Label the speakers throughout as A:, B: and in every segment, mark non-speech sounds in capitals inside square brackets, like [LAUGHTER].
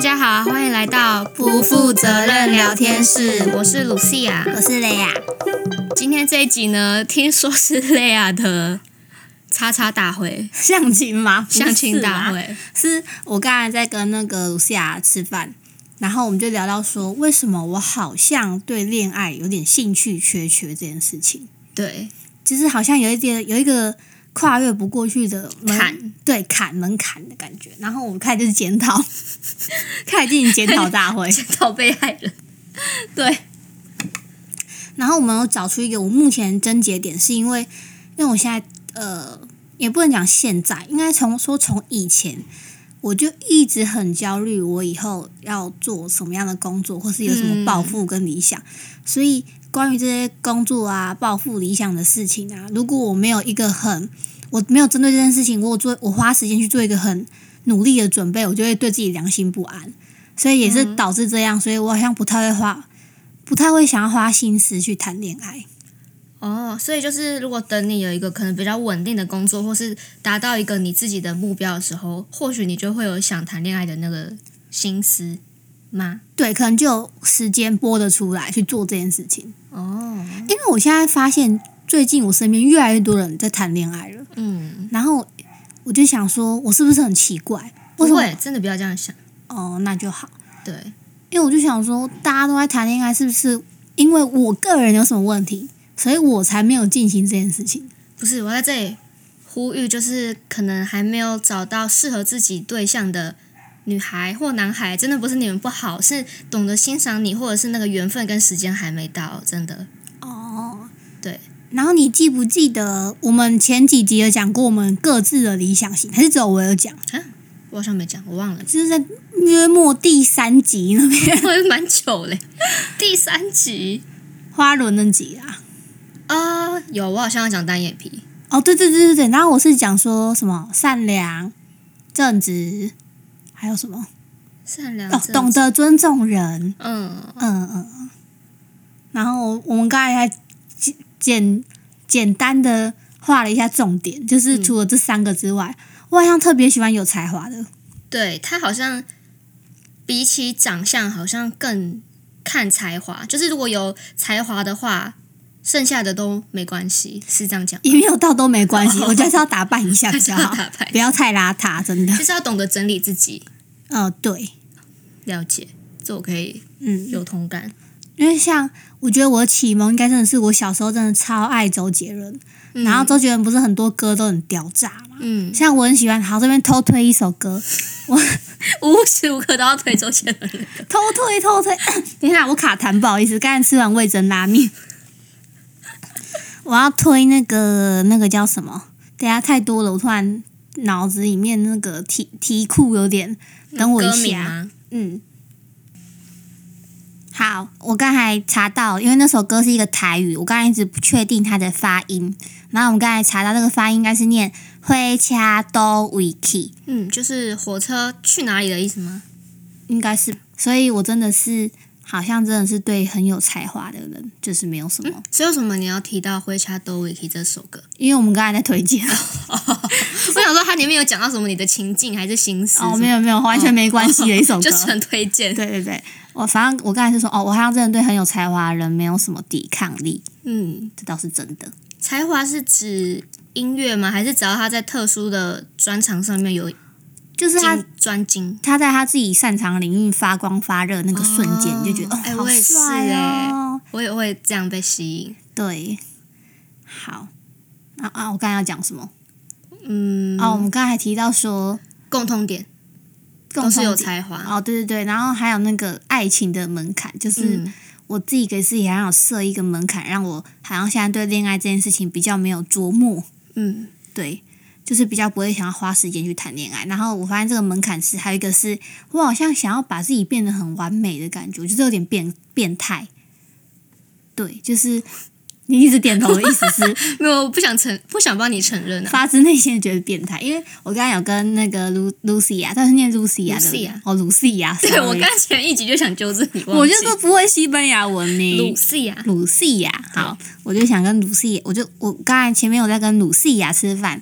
A: 家好，欢迎来到不负责任聊天室，我是鲁西亚。
B: 我是雷亚，
A: 今天这一集呢，听说是雷亚的叉叉大会、
B: 相亲吗？
A: 相亲大
B: 不是啦，啊
A: 会，
B: 是我刚才在跟那个卢西亚吃饭，然后我们就聊到说，为什么我好像对恋爱有点兴趣缺缺这件事情， [LAUGHS]
A: 对，
B: 就是好像有一点有一个跨越不过去的门
A: 坎，
B: 对坎门槛的感觉。然后我们开始就是检讨， [LAUGHS] 开始进行检讨大会。
A: 讨被害人。对，
B: 然后我们有找出一个我目前症结点，是因为因为我现在呃，也不能讲现在，应该从说从以前，我就一直很焦虑，我以后要做什么样的工作，或是有什
A: 嗯
B: 么抱负跟理想，所以关于这些工作啊、抱负、理想的事情啊，如果我没有一个很我没有针对这件事情，我有做我花时间去做一个很努力的准备，我就会对自己良心不安，所以也是导致这样，所以我好像不太会花，不太会想要花心思去谈恋爱。
A: 哦，所以就是如果等你有一个可能比较稳定的工作，或是达到一个你自己的目标的时候，或许你就会有想谈恋爱的那个心思吗？
B: 对，可能就有时间拨得出来去做这件事情。
A: 哦，
B: 因为我现在发现，最近我身边越来越多人在谈恋爱了，
A: 嗯，
B: 然后我就想说，我是不是很奇怪？
A: 不
B: 为什么？
A: 会，真的不要这样想。
B: 哦，那就好。
A: 对，
B: 因为我就想说，大家都在谈恋爱，是不是因为我个人有什么问题，所以我才没有进行这件事情？
A: 不是，我在这里呼吁，就是可能还没有找到适合自己对象的女孩或男孩，真的不是你们不好，是懂得欣赏你，或者是那个缘分跟时间还没到，真的。
B: 哦，
A: 对。
B: 然后你记不记得我们前几集有讲过我们各自的理想型，还是只有我有讲？，
A: 我好像没讲，我忘了
B: 就是在约莫第三集那边
A: 我也蛮久嘞。第三集
B: 花轮那集啊。
A: 啊、有我好像要讲单眼皮，
B: 哦，对对对对对，然后我是讲说什么善良、正直，还有什么
A: 善良
B: 哦，
A: 正
B: 懂得尊重人，
A: 嗯，
B: 嗯嗯嗯。然后我们刚才还简简简单的画了一下重点，就是除了这三个之
A: 嗯
B: 外，我好像特别喜欢有才华的， [LAUGHS]
A: 对他好像比起长相，好像更看才华。就是如果有才华的话，剩下的都没关系，是这样讲吗。
B: 也没有到都没关系，我觉得是要打扮一下比
A: [LAUGHS]
B: 较好
A: 哦打扮一下，
B: 不要太邋遢，真的。
A: 就是要懂得整理自己，
B: 呃，对，
A: 了解，这我可以
B: 嗯，
A: 有同感。
B: 因为像我觉得我的启蒙应该真的是我小时候真的超爱周杰伦，
A: 嗯
B: 然后周杰伦不是很多歌都很屌炸嘛，
A: 嗯，
B: 像我很喜欢，好这边偷推一首歌，
A: 无时无刻都要推周杰伦的歌。
B: 偷推偷推， [COUGHS] 等一下我卡痰，不好意思，刚才吃完味噌拉面，我要推那个那个叫什么？等一下太多了，我突然脑子里面那个题题库有点，等我一
A: 歌名
B: 下，
A: 吗？
B: 嗯，好，我刚才查到，因为那首歌是一个台语，我刚才一直不确定它的发音。然后我们刚才查到那个发音应该是念“灰掐都维奇
A: 嗯，就是火车去哪里的意思吗？”，
B: 应该是。所以我真的是好像真的是对很有才华的人，就是没有什么。
A: 所以为什么你要提到《灰叉都维奇》这首歌？ [LAUGHS]
B: 因为我们刚才在推荐
A: 我想说，它里面有讲到什么你的情境还是心思？
B: 哦，没
A: 有，
B: 有没有，完全没关系的一首歌。
A: [LAUGHS] 就是很推荐。
B: 对对对，我反正我刚才是说哦，我好像真的对很有才华的人没有什么抵抗力，
A: 嗯，
B: 这倒是真的。
A: 才华是指音乐吗？还是只要他在特殊的专长上面有
B: 就是他
A: 精专精？
B: 他在他自己擅长领域发光发热那个瞬间，
A: 哦
B: 你就觉得哦，
A: 哎
B: 好
A: 我也是
B: 帅哦。
A: 我也会这样被吸引。
B: 对，好，啊啊，我刚才要讲什么？
A: 嗯，
B: 哦，我们刚才还提到说，
A: 共通点
B: 共
A: 都是有
B: 同
A: 才
B: 点
A: 华。
B: 哦，对对对，然后还有那个爱情的门槛，就是
A: 嗯，
B: 我自己给自己好像有设一个门槛，让我好像现在对恋爱这件事情比较没有琢磨。
A: 嗯，
B: 对，就是比较不会想要花时间去谈恋爱。然后我发现这个门槛是，还有一个是我好像想要把自己变得很完美的感觉，我觉得有点变变态。对，就是你一直点头的意思
A: [LAUGHS]
B: 是
A: 没有，我不想承，不想帮你承认啊。
B: 发自内心的觉得变态，因为我刚才有跟那个 Lu Lucy 啊，她是念 Lucy 啊，对不对
A: Lucia
B: 哦 Lucy 啊，
A: 对我
B: sorry
A: 刚前一集就想纠正你，
B: 我就
A: 忘记
B: 是不会西班牙文呢，
A: 鲁啊西亚，
B: 鲁西亚，好，我就想跟鲁西亚，我就我刚才前面我在跟鲁西亚吃饭，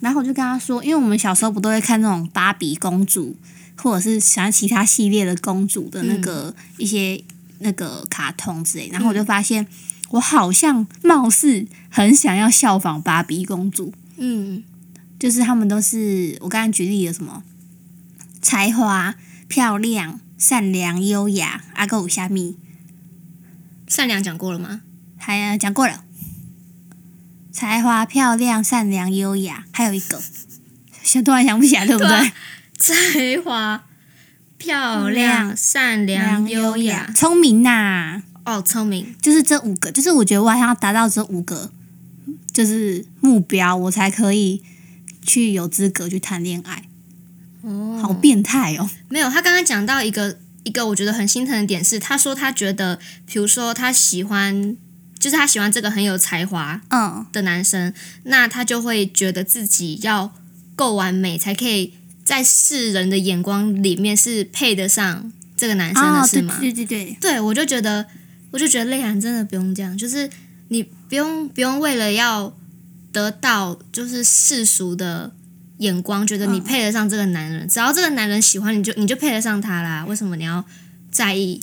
B: 然后我就跟他说，因为我们小时候不都会看那种芭比公主，或者是想要其他系列的公主的那个、一些那个卡通之类，然后我就发现我好像貌似很想要效仿芭比公主，
A: 嗯
B: 就是他们都是我刚才举例了什么才华、漂亮、善良、优雅，啊阿哥五虾米，
A: 善良讲过了吗？
B: 还有讲过了，才华、漂亮、善良、优雅，还有一个，想突然想不起来，对不
A: 对
B: 对
A: 啊？才华、漂亮、善啊良、优雅，
B: 聪明呐、
A: 哦，聪明，
B: 就是这五个，就是我觉得我好像要达到这五个，就是目标，我才可以去有资格去谈恋爱。
A: 哦
B: 好变态哦！
A: 没有，他刚刚讲到一个一个我觉得很心疼的点是，他说他觉得，比如说他喜欢，就是他喜欢这个很有才华
B: 嗯，
A: 的男生，那他就会觉得自己要够完美，才可以在世人的眼光里面是配得上这个男生的，
B: 哦，
A: 是
B: 对
A: 吗？
B: 对对对，
A: 对，我就觉得，我就觉得泪涵真的不用这样，就是你不用不用为了要得到就是世俗的眼光，觉得你
B: 嗯
A: 配得上这个男人，只要这个男人喜欢你就你就配得上他啦。为什么你要在意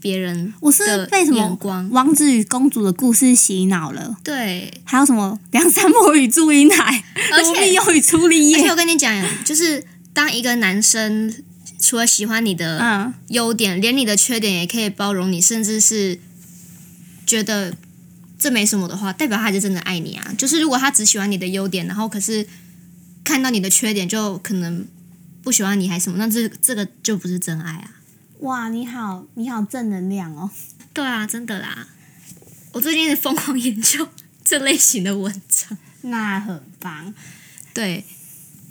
A: 别人
B: 我是
A: 的
B: 被什
A: 眼
B: 么
A: 光？
B: 王子与公主的故事洗脑了，
A: 对，
B: 还有什么梁山伯与祝英台、
A: 而
B: 罗密
A: 且
B: 欧与朱丽
A: 而且
B: 叶，
A: 我跟你讲，就是当一个男生除了喜欢你的
B: 嗯，
A: 优点，连你的缺点也可以包容你，甚至是觉得这没什么的话，代表他还是真的爱你啊。就是如果他只喜欢你的优点，然后可是看到你的缺点就可能不喜欢你还是什么，那这这个就不是真爱啊。
B: 哇，你好，你好正能量哦！
A: 对啊，真的啦。我最近一直疯狂研究这类型的文章。
B: [LAUGHS] 那很棒
A: 对，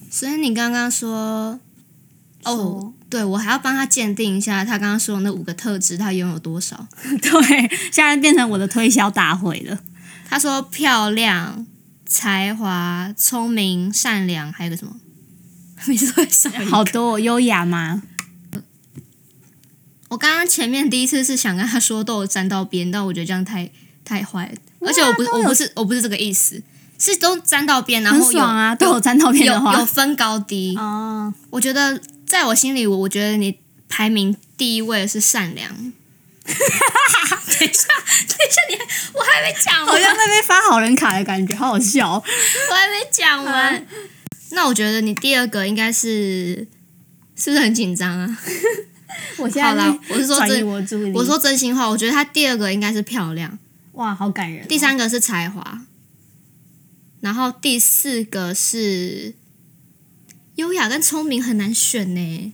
A: 所以你刚刚说，哦
B: 说，
A: 对我还要帮他鉴定一下，他刚刚说的那五个特质，他拥有多少？
B: [LAUGHS] 对，现在变成我的推销大会 [LAUGHS] 了。
A: 他说漂亮、才华、聪明、善良，还有个什么？ [LAUGHS] 每次都会
B: [LAUGHS]
A: 少一个
B: 好多、哦、优雅吗？
A: 我刚刚前面第一次是想跟他说都有沾到边，但我觉得这样太太坏了，而且我不
B: 都有
A: 我不是我不是这个意思，是都沾到边，然
B: 很
A: 后有、
B: 爽啊！都有沾照片
A: 有
B: 的
A: 有
B: 话，
A: 分高低。
B: [LAUGHS] 哦，
A: 我觉得在我心里，我我觉得你排名第一位是善良。 [LAUGHS] 等一下，等一下，你还我还没讲完，
B: 好像在被发好人卡的感觉，好好笑、哦。
A: 我还没讲完。那我觉得你第二个应该是，是不是很紧张啊？
B: [LAUGHS] 我
A: 好啦，我是说
B: 转移
A: 真，
B: 我注意力，
A: 我说真心话，我觉得他第二个应该是漂亮，
B: 哇，好感人哦、
A: 第三个是才华，然后第四个是优雅跟聪明很难选呢。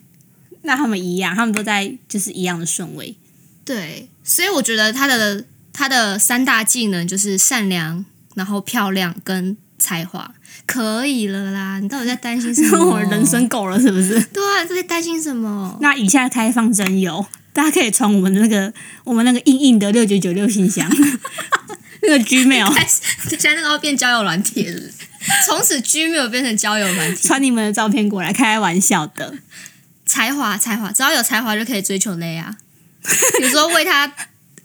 B: 那他们一样，他们都在就是一样的顺 [LAUGHS] 位。
A: 对，所以我觉得他的他的三大技能就是善良，然后漂亮跟才华，可以了啦。你到底在担心什么？
B: [LAUGHS] 我人生够了，是不 [LAUGHS] 是？
A: 对啊，在担心什么？ [LAUGHS]
B: 那以下开放征友，大家可以从我们的那个我们那个硬硬的六九九六信 [LAUGHS] 箱，那个 Gmail
A: 开始，等一下那个要变交友软体了， [LAUGHS] 从此 Gmail 变成交友
B: [LAUGHS]
A: 软体。
B: 传你们的照片过来，开玩笑的。
A: 才华，才华，只要有才华就可以追求类啊。比如说为他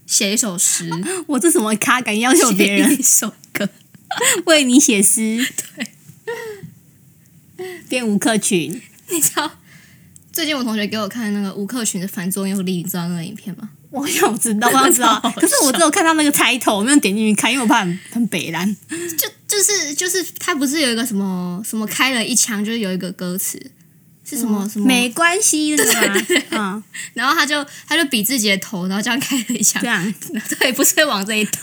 A: 写一首
B: [LAUGHS]
A: 诗，
B: [LAUGHS] 我这什么咖敢要求别
A: 写
B: 人
A: 一首歌，
B: [LAUGHS]
A: [LAUGHS]
B: 为你写 [LAUGHS] 诗？对，编舞客群，
A: 你知道？最近我同学给我看那个吴克群的反作用力，你知道那个影片吗？
B: 我想知 [LAUGHS] 道，我想知道
A: 好好。笑
B: 可是我只有看到那个开头，我没有点进去看，因为我怕很很北蓝。
A: 就就是就是他不是有一个什么什么开了一枪，就是有一个歌词是什么、什么，
B: 嗯没关系，那 [LAUGHS] 个吗？嗯，
A: 然后他就他就比自己的头，然后这样开了一枪
B: 这，样。
A: 对，不是往这里倒，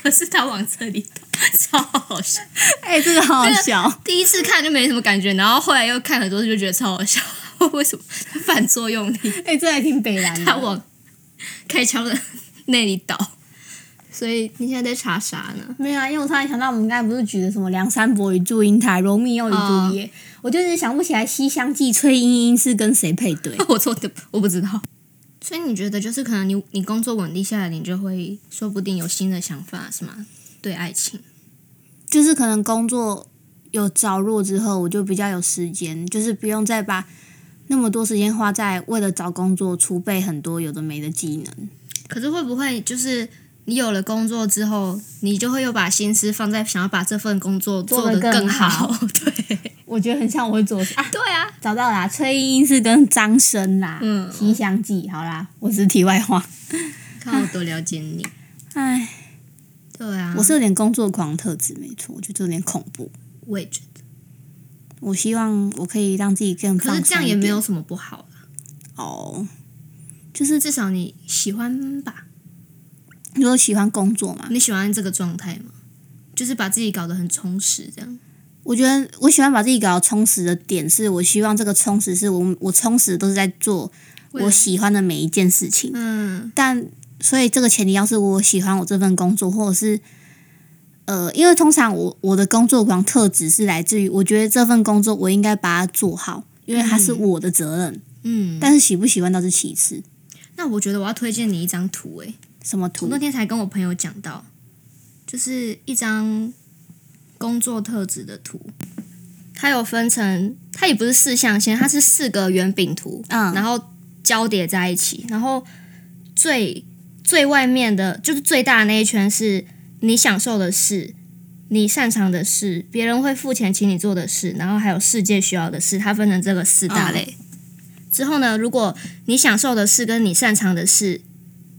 A: 可是他往这里倒，超好笑。
B: [LAUGHS] 哎、这个好好笑。
A: 第一次看就没什么感觉，然后后来又看很多次，就觉得超好笑。为什么反作用力？
B: [LAUGHS] 哎、这还挺北蓝
A: 他
B: 的。
A: 往开枪的那里倒。所以你现在在查啥呢？
B: 没有啊，因为我突然想到，我们刚才不是举了什么梁山伯与祝英台、罗密欧与朱丽叶，我就是想不起来《西厢记》崔莺莺是跟谁配对。
A: [LAUGHS] 我做的我不知道。所以你觉得就是可能你你工作稳定下来，你就会说不定有新的想法是吗？对爱情，
B: 就是可能工作有着落之后，我就比较有时间，就是不用再把那么多时间花在为了找工作储备很多有的没的技能。
A: 可是会不会就是你有了工作之后，你就会又把心思放在想要把这份工作
B: 做
A: 得
B: 得更
A: [LAUGHS] 更好？对，
B: 我觉得很像我会做的事啊，
A: 对啊，
B: 找到啦，崔英是跟张生啦，
A: 嗯
B: 西厢记》好啦，我只是题外话。
A: 看我多了解你。
B: 唉，
A: 对啊，
B: 我是有点工作狂特质，没错，我觉得有点恐怖。
A: 我也觉得，
B: 我希望我可以让自己更放
A: 可是
B: 松
A: 这样也没有什么不好啦，
B: 一点哦，就是
A: 至少你喜欢吧？
B: 你说喜欢工作嘛？
A: 你喜欢这个状态吗？就是把自己搞得很充实，这样。
B: 我觉得我喜欢把自己搞得充实的点是，我希望这个充实是我我充实都是在做
A: 未来
B: 我喜欢的每一件事情。
A: 嗯
B: 但所以这个前提要是我喜欢我这份工作，或者是呃，因为通常我我的工作狂特质是来自于我觉得这份工作我应该把它做好，因为它是
A: 嗯
B: 我的责任。
A: 嗯，
B: 但是喜不喜欢倒是其次。
A: 那我觉得我要推荐你一张图、诶，
B: 什么
A: 我
B: 图
A: 那？天才跟我朋友讲到，就是一张工作特质的图，它有分成，它也不是四象限，它是四个圆饼图，
B: 嗯
A: 然后交叠在一起，然后最最外面的就是最大的那一圈是你享受的事。你擅长的事，别人会付钱请你做的事，然后还有世界需要的事，它分成这个四
B: 嗯
A: 大类。之后呢，如果你享受的事跟你擅长的事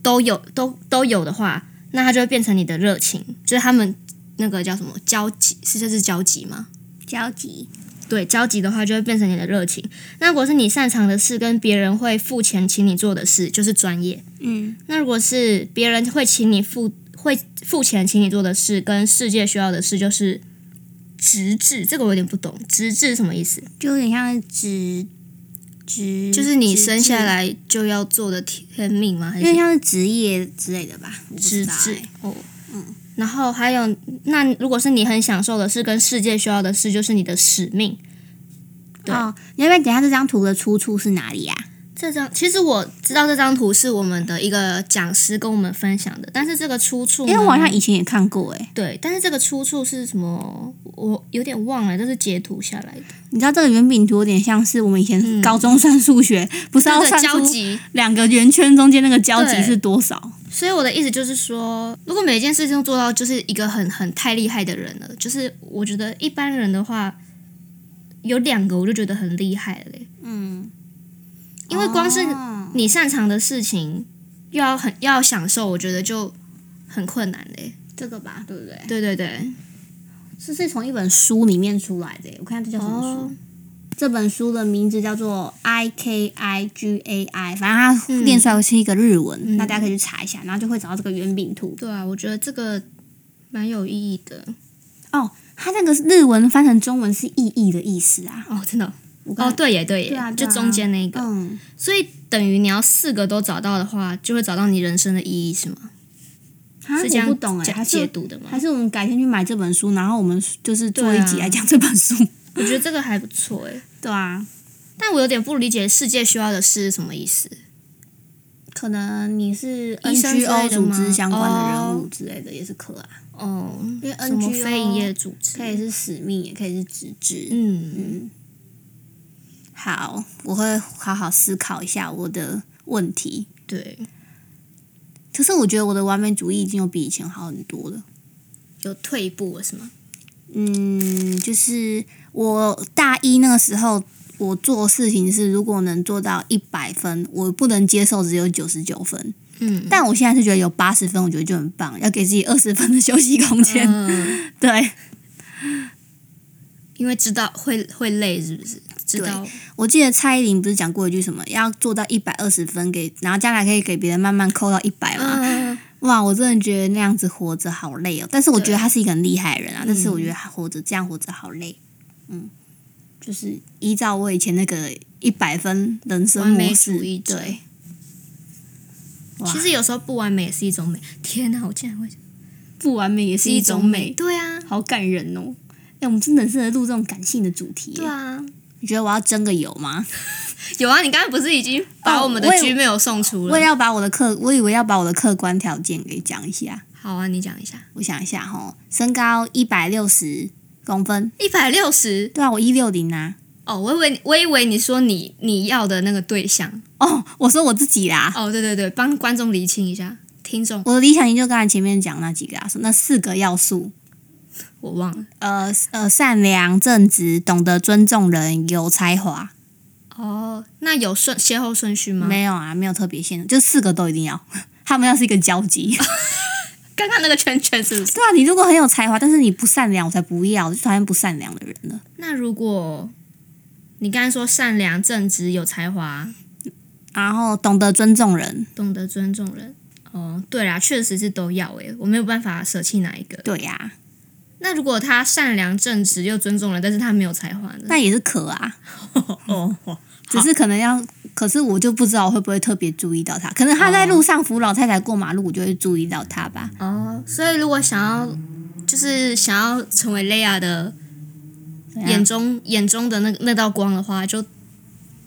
A: 都有都都有的话，那它就会变成你的热情，就是他们那个叫什么交集，是这是交集吗？
B: 交集。
A: 对，交集的话就会变成你的热情。那如果是你擅长的事跟别人会付钱请你做的事，就是专业。
B: 嗯，
A: 那如果是别人会请你付会付钱请你做的事跟世界需要的事，就是直至。这个我有点不懂，直至什么意思？
B: 就有点像职职，
A: 就是你生下
B: 职，
A: 来就要做的天命吗？还
B: 有点
A: 是
B: 像是职业之类的吧。我不
A: 直
B: 知道
A: 至
B: 欸？
A: 哦，嗯。然后还有，那如果是你很享受的事跟世界需要的事，就是你的使命。对
B: 哦，你要不要讲一下这张图的出处是哪里啊？
A: 这张其实我知道这张图是我们的一个讲师跟我们分享的，但是这个出处呢，
B: 因为我好像以前也看过诶、欸
A: 对，但是这个出处是什么，我有点忘了，这是截图下来的。
B: 你知道这个圆饼图有点像是我们以前高中算数
A: [LAUGHS]
B: 学，不是
A: 嗯
B: 要
A: 这个
B: 算
A: 交
B: 出
A: 集，
B: 两个圆圈中间那个交集
A: 对
B: 是多少？
A: 所以我的意思就是说，如果每件事情都做到，就是一个很很太厉害的人了。就是我觉得一般人的话，有两个我就觉得很厉害了耶。
B: 嗯，
A: 因为光是
B: 哦
A: 你擅长的事情，又要很又要享受，我觉得就很困难嘞。
B: 这个吧，对不对？
A: 对对对，
B: 这是从一本书里面出来的耶，我看这叫什么书？
A: 哦
B: 这本书的名字叫做 I K I G A I，反正它念出来是一个日文，
A: 嗯
B: 大家可以去查一下，然后就会找到这个圆饼图。
A: 对啊，我觉得这个蛮有意义的
B: 哦，它那个日文翻成中文是意义的意思啊。
A: 哦，真的哦
B: 我刚
A: 哦，对耶对耶，
B: 对啊对
A: 就
B: 啊
A: 中间那一个，
B: 嗯，
A: 所以等于你要四个都找到的话，就会找到你人生的意义是吗？
B: 啊
A: 是这
B: 我
A: 样
B: 不懂哎，
A: 解
B: 还
A: 解
B: 是
A: 读的吗
B: 还？是我们改天去买这本书，然后我们就是做一集
A: 对啊
B: 来讲这本书。
A: 我觉得这个还不错诶，
B: 对啊，
A: 但我有点不理解世界需要的事是什么意思。
B: 可能你是
A: 医生之类
B: NGO
A: 的吗
B: 组织相关的人
A: 哦
B: 物之类的也是可啊，
A: 哦，
B: 因为 NGO
A: 什么非营业组织？
B: 可以是使命，也可以是职职。
A: 嗯，
B: 嗯，好，我会好好思考一下我的问题。
A: 对，
B: 可是我觉得我的完美主义已经有比以前好很多了。
A: 有退步了是吗？
B: 嗯，就是我大一那个时候，我做事情是如果能做到一百分，我不能接受只有九十九分。
A: 嗯，
B: 但我现在是觉得有八十分，我觉得就很棒，要给自己二十分的休息空间。
A: 嗯，
B: 对
A: 因为知道会会累是不是？知道
B: 我记得蔡依林不是讲过一句什么，要做到一百二十分给，然后将来可以给别人慢慢扣到一百嘛。
A: 嗯，
B: 哇，我真的觉得那样子活着好累哦。但是我觉
A: 对
B: 得他是一个很厉害的人啊，但是
A: 嗯
B: 我觉得他活着这样活着好累。嗯，就是依照我以前那个一百分人生
A: 完美
B: 模
A: 主
B: 式，
A: 义者
B: 对，哇
A: 其实有时候不完美也是一种美。天哪，我竟然会
B: 不完美也是
A: 是一种美。
B: 美，
A: 对啊，
B: 好感人哦。哎，我们真的很适合录这种感性的主题耶。
A: 对啊，
B: 你觉得我要争个有吗？
A: 有啊，你刚才不是已经把
B: 哦
A: 我们的
B: 我也
A: Gmail 送出
B: 我也
A: 了？
B: 要把我的客，我以为要把我的客观条件给讲一下。
A: 好啊，你讲一下，
B: 我想一下哈、哦，身高一百六十公分，
A: 一百六十
B: 对啊，我一六零啊。
A: 哦，我以为我以为你说你你要的那个对象
B: 哦，我说我自己啦。
A: 哦，对对对，帮观众厘清一下，听众
B: 我的理想型就刚才前面讲那几个啊，说那四个要素，
A: 我忘了
B: 呃呃，善良、正直、懂得尊重人、有才华。
A: 哦，那有顺先后顺序吗？
B: 没有啊，没有特别限制，就四个都一定要， [LAUGHS] 他们要是一个交集。 [LAUGHS]
A: 刚刚那个圈圈是不是？
B: 对啊，你如果很有才华，但是你不善良，我才不要，我就讨厌不善良的人了。
A: 那如果你刚才说善良、正直、有才华，
B: 然后懂得尊重人，
A: 懂得尊重人。哦，对啦，确实是都要诶，我没有办法舍弃哪一个。
B: 对呀、
A: 那如果他善良、正直又尊重人，但是他没有才华呢？
B: 那也是可啊，
A: [LAUGHS] 哦，哦
B: 只是可能要，可是我就不知道我会不会特别注意到他，可能他在路上扶老太太过马路，我就会注意到他吧。
A: 哦，所以如果想要就是想要成为雷亚的
B: 怎样
A: 眼中、眼中的那那道光的话，就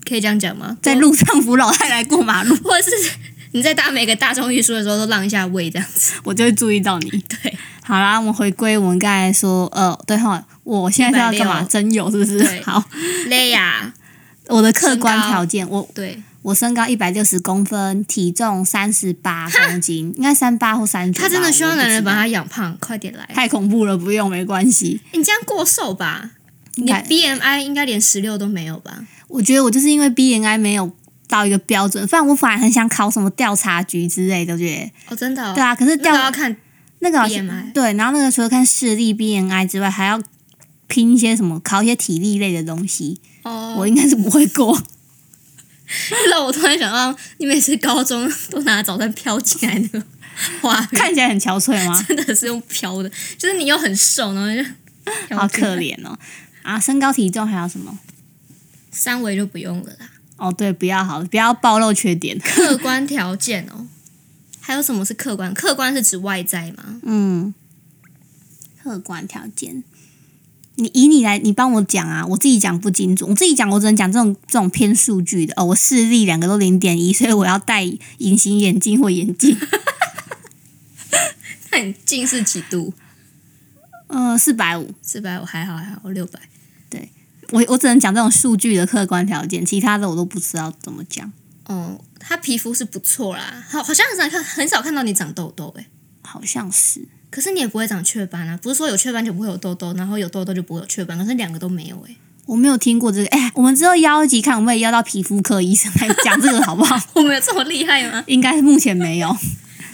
A: 可以这样讲吗？
B: 在路上扶老太太过马路，
A: [LAUGHS] 或者是 [LAUGHS] 你在搭每个大众运输的时候都让一下位这样子。
B: 我就会注意到你。
A: [LAUGHS] 对
B: 好啦，我们回归我们刚才说，呃，对哈，我现在是要干
A: 160
B: 嘛？真有是不是？
A: 对
B: [LAUGHS] 好，
A: 雷亚，
B: 我的客观
A: 身高
B: 条件，我
A: 对，
B: 我身高一百六十公分，体重三十八公斤， [LAUGHS] 应该三八或三九。
A: 他真的希望男人把
B: 他
A: 他养胖，快点来！
B: 太恐怖了，不用没关系。
A: 你这样过瘦吧？你
B: 该
A: BMI 应该连十六都没有吧？
B: 我觉得我就是因为 BNI 没有到一个标准，不然我反而很想考什么调查局之类的，我觉
A: 哦，
B: 得
A: 真的、哦？
B: 对啊。可是
A: 那
B: 调
A: 个要看
B: 那个好像
A: BMI
B: 对，然后那个除了看视力 BNI 之外，还要拼一些什么考一些体力类的东西，
A: 哦。 [LAUGHS]
B: 我应该是不会过。
A: 让我突然想到，你每次高中都拿早餐飘进来那个画面， [LAUGHS]
B: 看起来很憔悴吗？
A: 真的是用飘的，就是你又很瘦，然后就
B: 好
A: 飘进来
B: 可。怜哦。啊，身高体重还有什么？
A: 三维就不用了啦，
B: 哦，对，不要好了，不要暴露缺点。
A: 客观条件哦。还有什么是客观？客观是指外在吗？ [LAUGHS]
B: 嗯，客观条件，你以你来，你帮我讲啊，我自己讲不精准，我自己讲我只能讲这种这种偏数据的哦。我视力两个都零点一，所以我要戴隐形眼镜或眼镜，
A: 那你近视几度？
B: 呃，四百五。
A: 四百我还好还好，六百。
B: 我我只能讲这种数据的客观条件，其他的我都不知道怎么讲。
A: 哦，他皮肤是不错啦，好，好像很少看很少看到你长痘痘诶、
B: 好像是，
A: 可是你也不会长雀斑啊，不是说有雀斑就不会有痘痘，然后有痘痘就不会有雀斑，可是两个都没有欸诶、
B: 我没有听过这个。哎，我们之后邀一集看，我们也邀到皮肤科医生来讲这个好 [LAUGHS] 不好？
A: [LAUGHS] 我们有这么厉害吗？
B: 应该目前没有。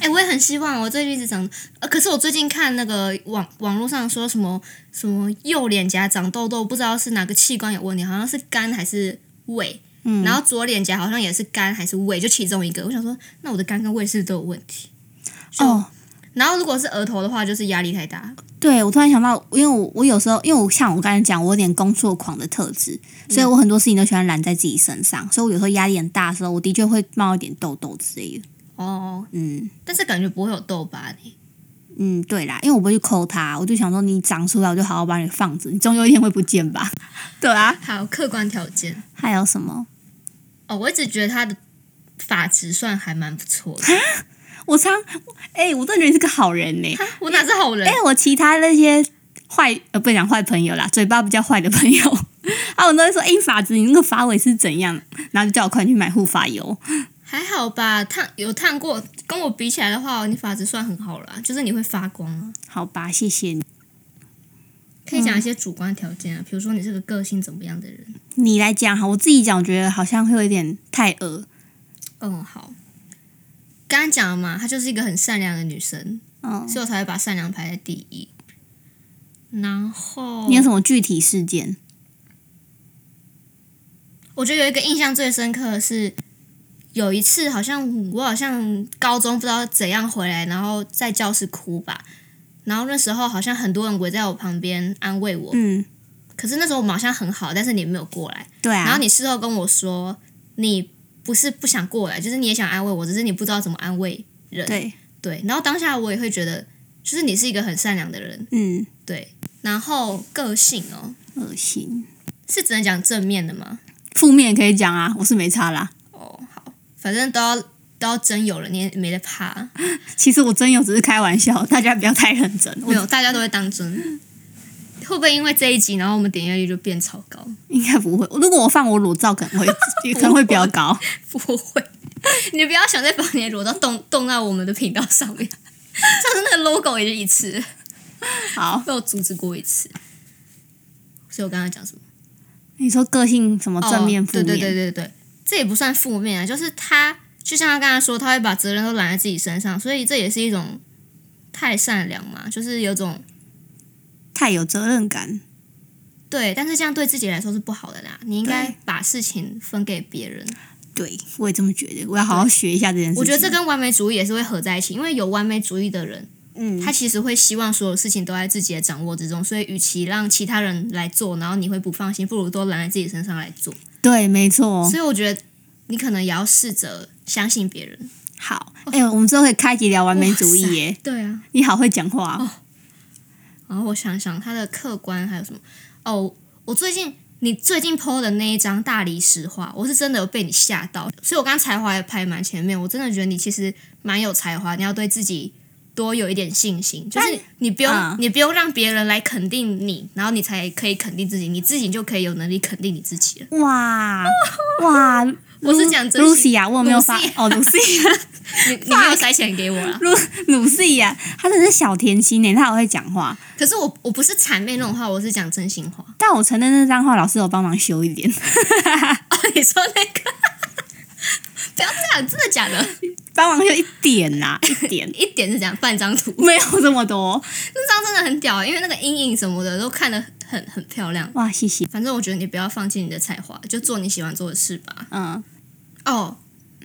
A: 哎、我也很希望，我最近一直长，呃，可是我最近看那个网网络上说什么什么右脸颊长痘痘，不知道是哪个器官有问题，好像是肝还是胃，
B: 嗯
A: 然后左脸颊好像也是肝还是胃，就其中一个。我想说，那我的肝跟胃是不是都有问题？就
B: 哦，
A: 然后如果是额头的话，就是压力太大，
B: 对，我突然想到，因为我我有时候，因为我像我刚才讲，我有点工作狂的特质，所以我很多事情都喜欢揽在自己身上，所以我有时候压力很大的时候，我的确会冒一点痘痘之类的。
A: 哦，
B: 嗯
A: 但是感觉不会有痘疤呢。
B: 嗯，对啦，因为我不会去抠它，我就想说你长出来，我就好好把你放着，你总有一天会不见吧？对啊，
A: 好，客观条件
B: 还有什么？
A: 哦，我一直觉得他的发质算还蛮不错的。
B: 我常哎、我真的觉得你是个好人呢、
A: 哈我哪是好人？
B: 哎、我其他那些坏呃，不讲坏朋友啦，嘴巴比较坏的朋友， [LAUGHS] 啊，我都会说，哎、法子，你那个发尾是怎样？然后就叫我快去买护发油。
A: 还好吧，烫有烫过，跟我比起来的话，你发质算很好啦，就是你会发光啊。
B: 好吧，谢谢你。
A: 可以讲一些主观条件啊，比如说你是个个性怎么样的人。
B: 你来讲哈，我自己讲，我觉得好像会有一点太恶。哦
A: 嗯，好。刚刚讲了嘛，她就是一个很善良的女生，
B: 嗯，
A: 所以我才会把善良排在第一。然后
B: 你有什么具体事件？
A: 我觉得有一个印象最深刻的是，有一次好像我好像高中不知道怎样回来，然后在教室哭吧，然后那时候好像很多人围在我旁边安慰我，
B: 嗯，
A: 可是那时候我们好像很好，但是你没有过来。
B: 对啊。
A: 然后你事后跟我说，你不是不想过来，就是你也想安慰我，只是你不知道怎么安慰人。
B: 对，
A: 对然后当下我也会觉得，就是你是一个很善良的人。
B: 嗯，
A: 对，然后个性哦，
B: 恶心。
A: 是只能讲正面的吗？
B: 负面也可以讲啊，我是没差啦。
A: 哦，好，反正都要都要真有了，你也没得怕，
B: 其实我真有只是开玩笑，大家不要太认真。
A: 没
B: 我
A: 有，大家都会当真。会不会因为这一集，然后我们点阅率就变超高？
B: 应该不会。如果我放我裸照，
A: [LAUGHS]
B: 可能会可能会比较高。
A: 不会，你不要想再把你的裸照动动到我们的频道上面。上次那个 logo 也是一次，
B: 好，
A: 被我阻止过一次，所以我刚刚讲什么？
B: 你说个性什么正面、负面？
A: 哦、对对对对对，这也不算负面啊，就是他就像他刚才说，他会把责任都揽在自己身上，所以这也是一种太善良嘛，就是有种
B: 太有责任感。
A: 对，但是这样对自己来说是不好的啦。你应该
B: 对
A: 把事情分给别人。
B: 对，我也这么觉得。我要好好学一下这件事情。
A: 我觉得这跟完美主义也是会合在一起，因为有完美主义的人，
B: 嗯，
A: 他其实会希望所有事情都在自己的掌握之中，所以与其让其他人来做，然后你会不放心，不如都揽在自己身上来做。
B: 对，没错
A: 所。以我觉得你可能也要试着相信别人。
B: 好，哎、我们之后可以开集聊完美主义
A: 哇塞
B: 耶。
A: 对啊，
B: 你好会讲话哦，
A: 然后我想想他的客观还有什么？哦，我最近你最近 PO 的那一张大理石画，我是真的有被你吓到，所以我刚刚才华也排蛮前面，我真的觉得你其实蛮有才华，你要对自己。多有一点信心，就是你不用、
B: 嗯
A: 你不用让别人来肯定你，然后你才可以肯定自己，你自己就可以有能力肯定你自己了。
B: 哇哇！
A: 我是讲 [LAUGHS] 真心
B: Lucy 啊，我有没有发
A: Lucy
B: 哦，Lucy [LAUGHS]
A: 你你没有塞钱给我啊啦，
B: Lucy 呀，她真的是小甜心呢，她好会讲话。
A: 可是我我不是谄媚那种话，我是讲真心话。
B: 但我承认那张画老师有帮忙修一点， [LAUGHS]
A: [LAUGHS] 哦，你说那个， [LAUGHS] 不要这样，真的假的？
B: 帮忙修一点啦、一点 [LAUGHS]
A: 一点是这样，半张图， [LAUGHS]
B: 没有这么多
A: 那张真的很屌、欸因为那个阴影什么的都看得很很漂亮。
B: 哇，谢谢。
A: 反正我觉得你不要放弃你的才华，就做你喜欢做的事吧。
B: 嗯，
A: 哦，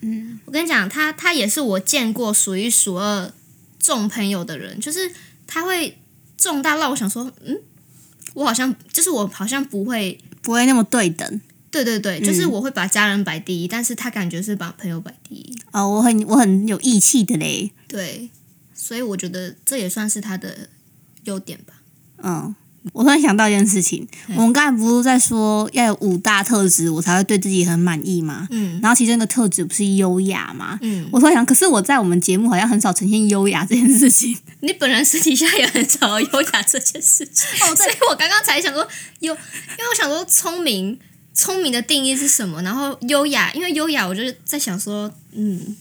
A: 嗯，我跟你讲，他他也是我见过数一数二重朋友的人，就是他会重到让我想说，嗯，我好像就是我好像不会，
B: 不会那么对等
A: 对对对，就是
B: 嗯
A: 我会把家人摆第一，但是他感觉是把朋友摆第一。
B: 哦，我很我很有义气的嘞。
A: 对，所以我觉得这也算是他的优点吧。
B: 嗯，我突然想到一件事情，我们刚才不是在说要有五大特质，我才会对自己很满意吗？
A: 嗯
B: 然后其中一个特质不是优雅吗？
A: 嗯，
B: 我突然想，可是我在我们节目好像很少呈现优雅这件事情。 [LAUGHS]
A: 你本人私底下也很少有优雅这件事情，哦、 [LAUGHS] 所以我刚刚才想说优，因为我想说聪明，聪明的定义是什么？然后优雅，因为优雅，我就是在想说，嗯，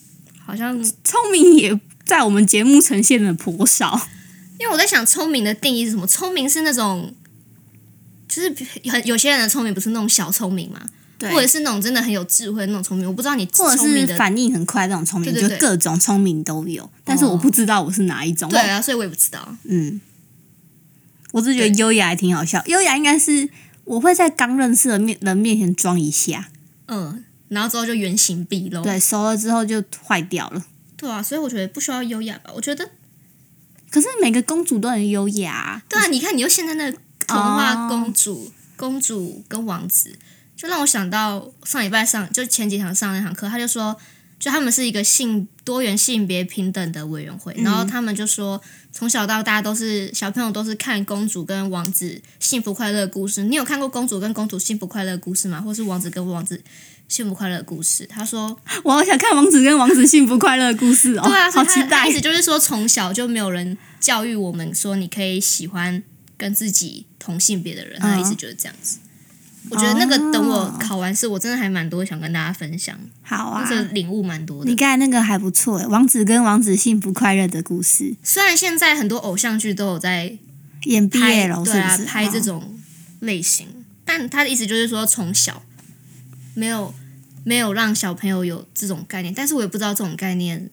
A: 好像
B: 聪明也在我们节目呈现的颇少。
A: 因为我在想聪明的定义是什么？聪明是那种。就是很有些人的聪明不是那种小聪明嘛，或者是那种真的很有智慧的那种聪明，我不知道你
B: 或者
A: 聪明
B: 是
A: 的
B: 反应很快那种聪明，
A: 对对
B: 就
A: 对
B: 各种聪明都有，但是我不知道我是哪一种。
A: 对啊，所以我也不知道。
B: 嗯，我只是觉得
A: 对
B: 优雅还挺好笑。优雅应该是我会在刚认识的面人面前装一下，
A: 嗯，然后之后就原形毕露。
B: 对，熟了之后就坏掉了。
A: 对啊，所以我觉得不需要优雅吧。我觉得
B: 可是每个公主都很优雅啊、
A: 对啊，你看你又现在那个童话公主、公主跟王子，就让我想到上礼拜上就前几堂上那堂课，他就说，就他们是一个性多元性别平等的委员会，然后他们就说从小到大都是小朋友都是看公主跟王子幸福快乐的故事。你有看过公主跟公主幸福快乐的故事吗？或是王子跟王子幸福快乐的故事？他说。
B: 我好想看王子跟王子幸福快乐的故事哦，
A: 对啊，所
B: 好
A: 以他
B: 期
A: 他
B: 待
A: 意。思就是说，从小就没有人教育我们说，你可以喜欢跟自己同性别的人。他的意
B: 嗯
A: 思就是这样子。我觉得那个
B: 哦
A: 等我考完试，我真的还蛮多想跟大家分享，
B: 好
A: 或
B: 啊，
A: 者领悟蛮多
B: 你
A: 的。
B: 刚才那个还不错诶，王子跟王子幸福快乐的故事，
A: 虽然现在很多偶像剧都有在
B: 演毕
A: 拍，
B: 业了，是
A: 对啊
B: 不是？，
A: 拍这
B: 哦
A: 种类型，但他的意思就是说，从小没有没有让小朋友有这种概念，但是我也不知道这种概念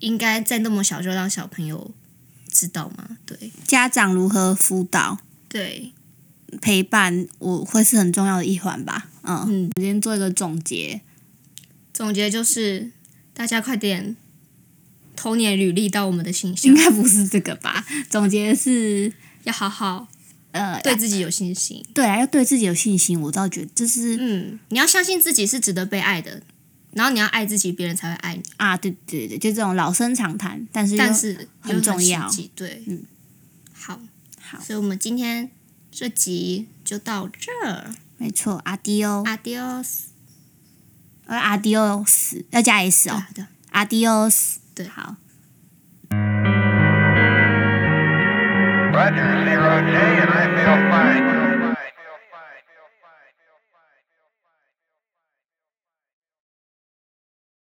A: 应该在那么小就让小朋友知道吗？对。
B: 家长如何辅导
A: 对，
B: 陪伴，我会是很重要的一环吧。嗯，
A: 嗯，
B: 我今天做一个总结，
A: 总结就是大家快点投你的履历到我们的信箱
B: 应，该不是这个吧？总结是
A: 要好好
B: 呃，
A: 对自己有信心。
B: 对啊，要对自己有信心。我倒觉得这是、
A: 嗯，你要相信自己是值得被爱的，然后你要爱自己，别人才会爱你。
B: 啊，对对对，就这种老生常谈，但是又
A: 但是
B: 很重
A: 就是
B: 要
A: 实际对，嗯，好，
B: 好
A: 所以我们今天这集就到这儿
B: 没错，阿迪欧，
A: ，Adios，
B: 呃阿迪欧斯要加 s
A: 对
B: 哦
A: 啊，对啊
B: 阿迪欧斯，
A: 对
B: 好。
C: Roger, zero J, and I feel fine.